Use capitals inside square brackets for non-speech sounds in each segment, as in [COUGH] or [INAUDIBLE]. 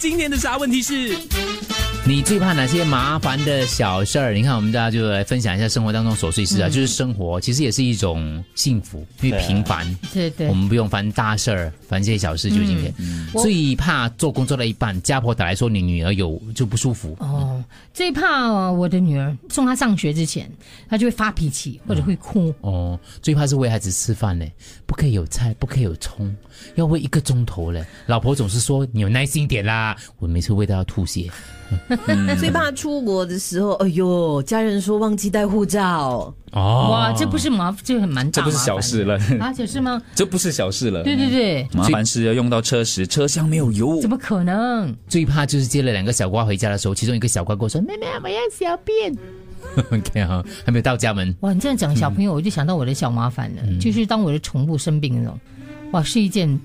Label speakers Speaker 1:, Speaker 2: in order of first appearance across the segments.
Speaker 1: 今年的啥问题是？
Speaker 2: 你最怕哪些麻烦的小事儿？你看，我们大家就来分享一下生活当中琐碎
Speaker 3: 嗯
Speaker 2: 事啊，就是生活其实也是一种幸福，因为平凡，
Speaker 4: 对
Speaker 3: 嗯
Speaker 4: 对
Speaker 2: 我，们不用烦大事儿，烦这些小事就已经可以。
Speaker 4: 我
Speaker 2: 最怕做工作到一半，家婆打来说你女儿有就不舒服，
Speaker 4: 哦，最怕我的女儿送她上学之前，她就会发脾气
Speaker 3: 嗯
Speaker 4: 或者会哭。
Speaker 2: 哦，最怕是喂孩子吃饭嘞，不可以有菜，不可以有葱，要喂一个钟头嘞。老婆总是说你有耐心一点啦，我每次喂到要吐血。
Speaker 5: 最怕出国的时候，哎呦，家人说忘记带护照，
Speaker 2: 哦
Speaker 4: 哇，这不是麻，这很蛮
Speaker 3: 这
Speaker 4: 大麻
Speaker 3: 不
Speaker 4: 烦
Speaker 3: 是
Speaker 4: 的
Speaker 3: 小事了，
Speaker 4: 啊，小
Speaker 3: [LAUGHS]
Speaker 4: 事吗？
Speaker 3: 这不是小事了。
Speaker 4: 对对对，
Speaker 3: 麻烦是要用到车时，车厢没有油
Speaker 4: 怎。么可能？
Speaker 2: 最怕就是接了两个小瓜回家的时候，其中一个小瓜跟我说：“妹妹，我要小便。” [LAUGHS] OK 哈，还没有到家门。
Speaker 4: 哇，你这样讲小
Speaker 3: 嗯
Speaker 4: 朋友，我就想到我的小麻烦了，就是当我的宠物生病那种，哇，是一件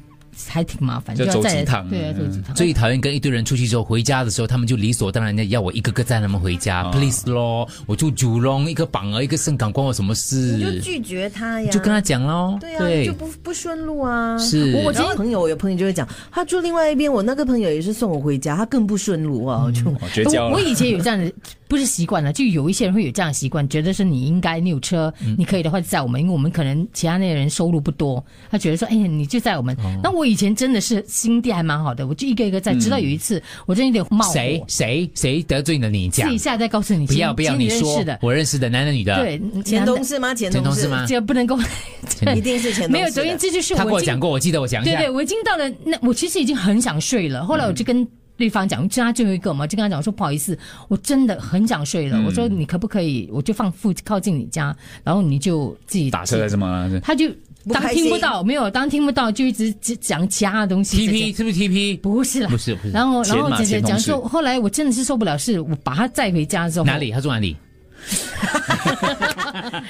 Speaker 4: 还挺麻烦，
Speaker 3: 就
Speaker 4: 要
Speaker 3: 走
Speaker 4: 再
Speaker 3: 几趟
Speaker 4: 对啊，走几趟。
Speaker 2: 最讨厌跟一堆人出去之后，回家的时候，他们就理所当然的要我一个个载他们回家、p
Speaker 4: 啊
Speaker 2: l e a s e 咯，我住九龙，一个榜儿，一个盛港，关我什么
Speaker 5: 你就
Speaker 2: 事？
Speaker 5: 拒绝他呀，
Speaker 2: 就跟他讲咯，
Speaker 5: 对啊，就不不顺路啊。
Speaker 2: 是
Speaker 5: 我我今天朋友，我有朋友就会讲，他住另外一边，我那个朋友也是送我回家，他更不顺路啊，
Speaker 2: 嗯
Speaker 5: 我就 [LAUGHS]
Speaker 3: 哦绝交
Speaker 4: 我我
Speaker 3: 了。
Speaker 4: 以前有这样的，不是习惯了，就有一些人会有这样的习惯，觉得是你应该，你有车，
Speaker 2: 嗯
Speaker 4: 你可以的话就载我们，因为我们可能其他那些人收入不多，他觉得说，哎呀，你就载我们。
Speaker 2: 哦
Speaker 4: 那我以前真的是心地还蛮好的，我就一个一个载，直到有一
Speaker 2: 嗯
Speaker 4: 次我真的有点冒火，
Speaker 2: 谁谁谁得罪了你
Speaker 4: 自
Speaker 2: 讲
Speaker 4: 己，下再告诉你，
Speaker 2: 不要
Speaker 4: 其
Speaker 2: 不要
Speaker 4: 其实
Speaker 2: 你
Speaker 4: 认
Speaker 2: 说
Speaker 4: 识的，
Speaker 2: 我认识的男的女的，，
Speaker 4: 对，
Speaker 5: 前
Speaker 4: 男的
Speaker 5: 同事吗？前
Speaker 2: 前同
Speaker 5: 同
Speaker 2: 事吗
Speaker 4: 这不能够，
Speaker 5: 一定是前同事
Speaker 4: [LAUGHS]
Speaker 5: 的
Speaker 4: 没有，总而言之就是我
Speaker 2: 他跟我
Speaker 4: 进
Speaker 2: 讲过，我记得我讲一
Speaker 4: 对
Speaker 2: 下
Speaker 4: 对，，我已经到了那，我其实已经很想睡了。后来我就跟对方讲，就他最后一个嘛，就跟他讲我说不好意思，我真的很想睡
Speaker 2: 嗯
Speaker 4: 了。我说你可不可以，我就放附靠近你家，然后你就自己
Speaker 3: 打车还是什
Speaker 4: [LAUGHS]
Speaker 3: 么？
Speaker 4: 他就
Speaker 5: 不
Speaker 4: 当
Speaker 5: 开心
Speaker 4: 听不到，没有当听不到，就一直只讲其他的东西。
Speaker 2: ，TP 是不是 TP？
Speaker 4: 不是啦
Speaker 2: 不，是不是，
Speaker 4: 然后
Speaker 3: 前
Speaker 4: 然后
Speaker 3: 嘛
Speaker 4: 姐姐
Speaker 3: 前同
Speaker 4: 讲
Speaker 3: 事
Speaker 4: 说，后来我真的是受不了，是我把他载回家之后
Speaker 2: 哪里？他住哪里？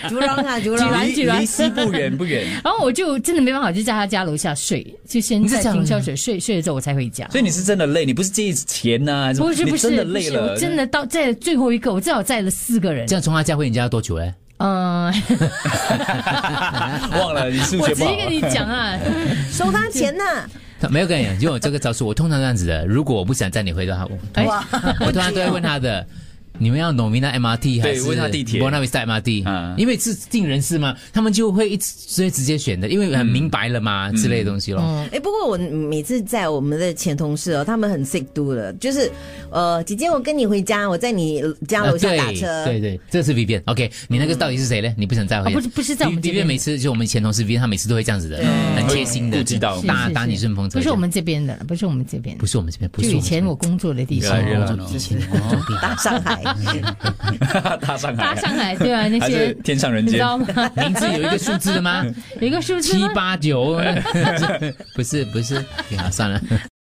Speaker 5: 竹篓 [LAUGHS] 啊，竹篓
Speaker 4: 居。然
Speaker 3: 离
Speaker 4: 居然
Speaker 3: 离西不远不远。
Speaker 4: 然后我就真的没办法，我就在他家楼下睡，就先
Speaker 2: 是
Speaker 4: 在
Speaker 2: 这样
Speaker 4: 停
Speaker 2: 的
Speaker 4: 车水睡睡了之后我才回家。
Speaker 3: 所以你是真的累，你不是介意钱呐、还是什么
Speaker 4: 不是不
Speaker 3: 你
Speaker 4: 是
Speaker 3: 真的
Speaker 4: 不
Speaker 3: 累
Speaker 4: 是，
Speaker 3: 了，
Speaker 4: 我真的到在最后一个，我至少载了四个人
Speaker 2: 这。样从他家回你家多久嘞？
Speaker 4: 嗯，
Speaker 3: [LAUGHS] 忘了你数
Speaker 4: 我
Speaker 3: 学
Speaker 4: 直
Speaker 3: 不好
Speaker 4: 接。
Speaker 3: [LAUGHS]
Speaker 4: 跟你讲啊，
Speaker 5: 收他钱呐、
Speaker 2: 他没有跟你讲，就我这个招数，我通常这样子的。如果我不想载你回到他，我
Speaker 4: 哎，
Speaker 2: 我通常都会问他的。你们要 nomina MRT 还是
Speaker 3: 问他地铁
Speaker 2: Buona Vista MRT，、
Speaker 3: 啊
Speaker 2: 因为是进人事嘛，他们就会一直直接直接选的，因为很明白了嘛、之类的东西咯。
Speaker 5: 哎、不过我每次在我们的前同事哦，他们很 sick do 的，就是呃，姐姐，我跟你回家，我在你家楼下打车。
Speaker 2: 呃对对对，这是 Vivian。OK，你那个到底是谁呢？你不想再回？
Speaker 4: 啊不是不是在我们这
Speaker 2: Vivian
Speaker 4: 边
Speaker 2: 每次就我们前同事 Vivian，他每次都会这样子的，很贴心的，
Speaker 3: 顾及到
Speaker 4: 是
Speaker 2: 搭
Speaker 4: 是
Speaker 2: 搭
Speaker 4: 是
Speaker 2: 你顺风车。
Speaker 4: 不是我，们这边的，不是我们这边的
Speaker 2: 不，是我们这边，不
Speaker 4: 就是以
Speaker 2: 我们这
Speaker 4: 前
Speaker 2: 边
Speaker 4: 我工作的地方，
Speaker 3: 原来
Speaker 2: 哦
Speaker 3: 热闹
Speaker 2: 以前我工作地
Speaker 5: 大上
Speaker 2: [LAUGHS]
Speaker 5: 海，
Speaker 3: 大上海，
Speaker 4: 搭上来对啊，那
Speaker 3: 还
Speaker 4: 些
Speaker 3: 是天上人
Speaker 4: 你知
Speaker 3: 间？
Speaker 4: 道
Speaker 2: [LAUGHS]
Speaker 4: 吗？
Speaker 2: 名字有一个数字的吗？
Speaker 4: 有一个数字
Speaker 2: [LAUGHS] 七
Speaker 4: 吗？
Speaker 2: 八九，不是不是，好算了。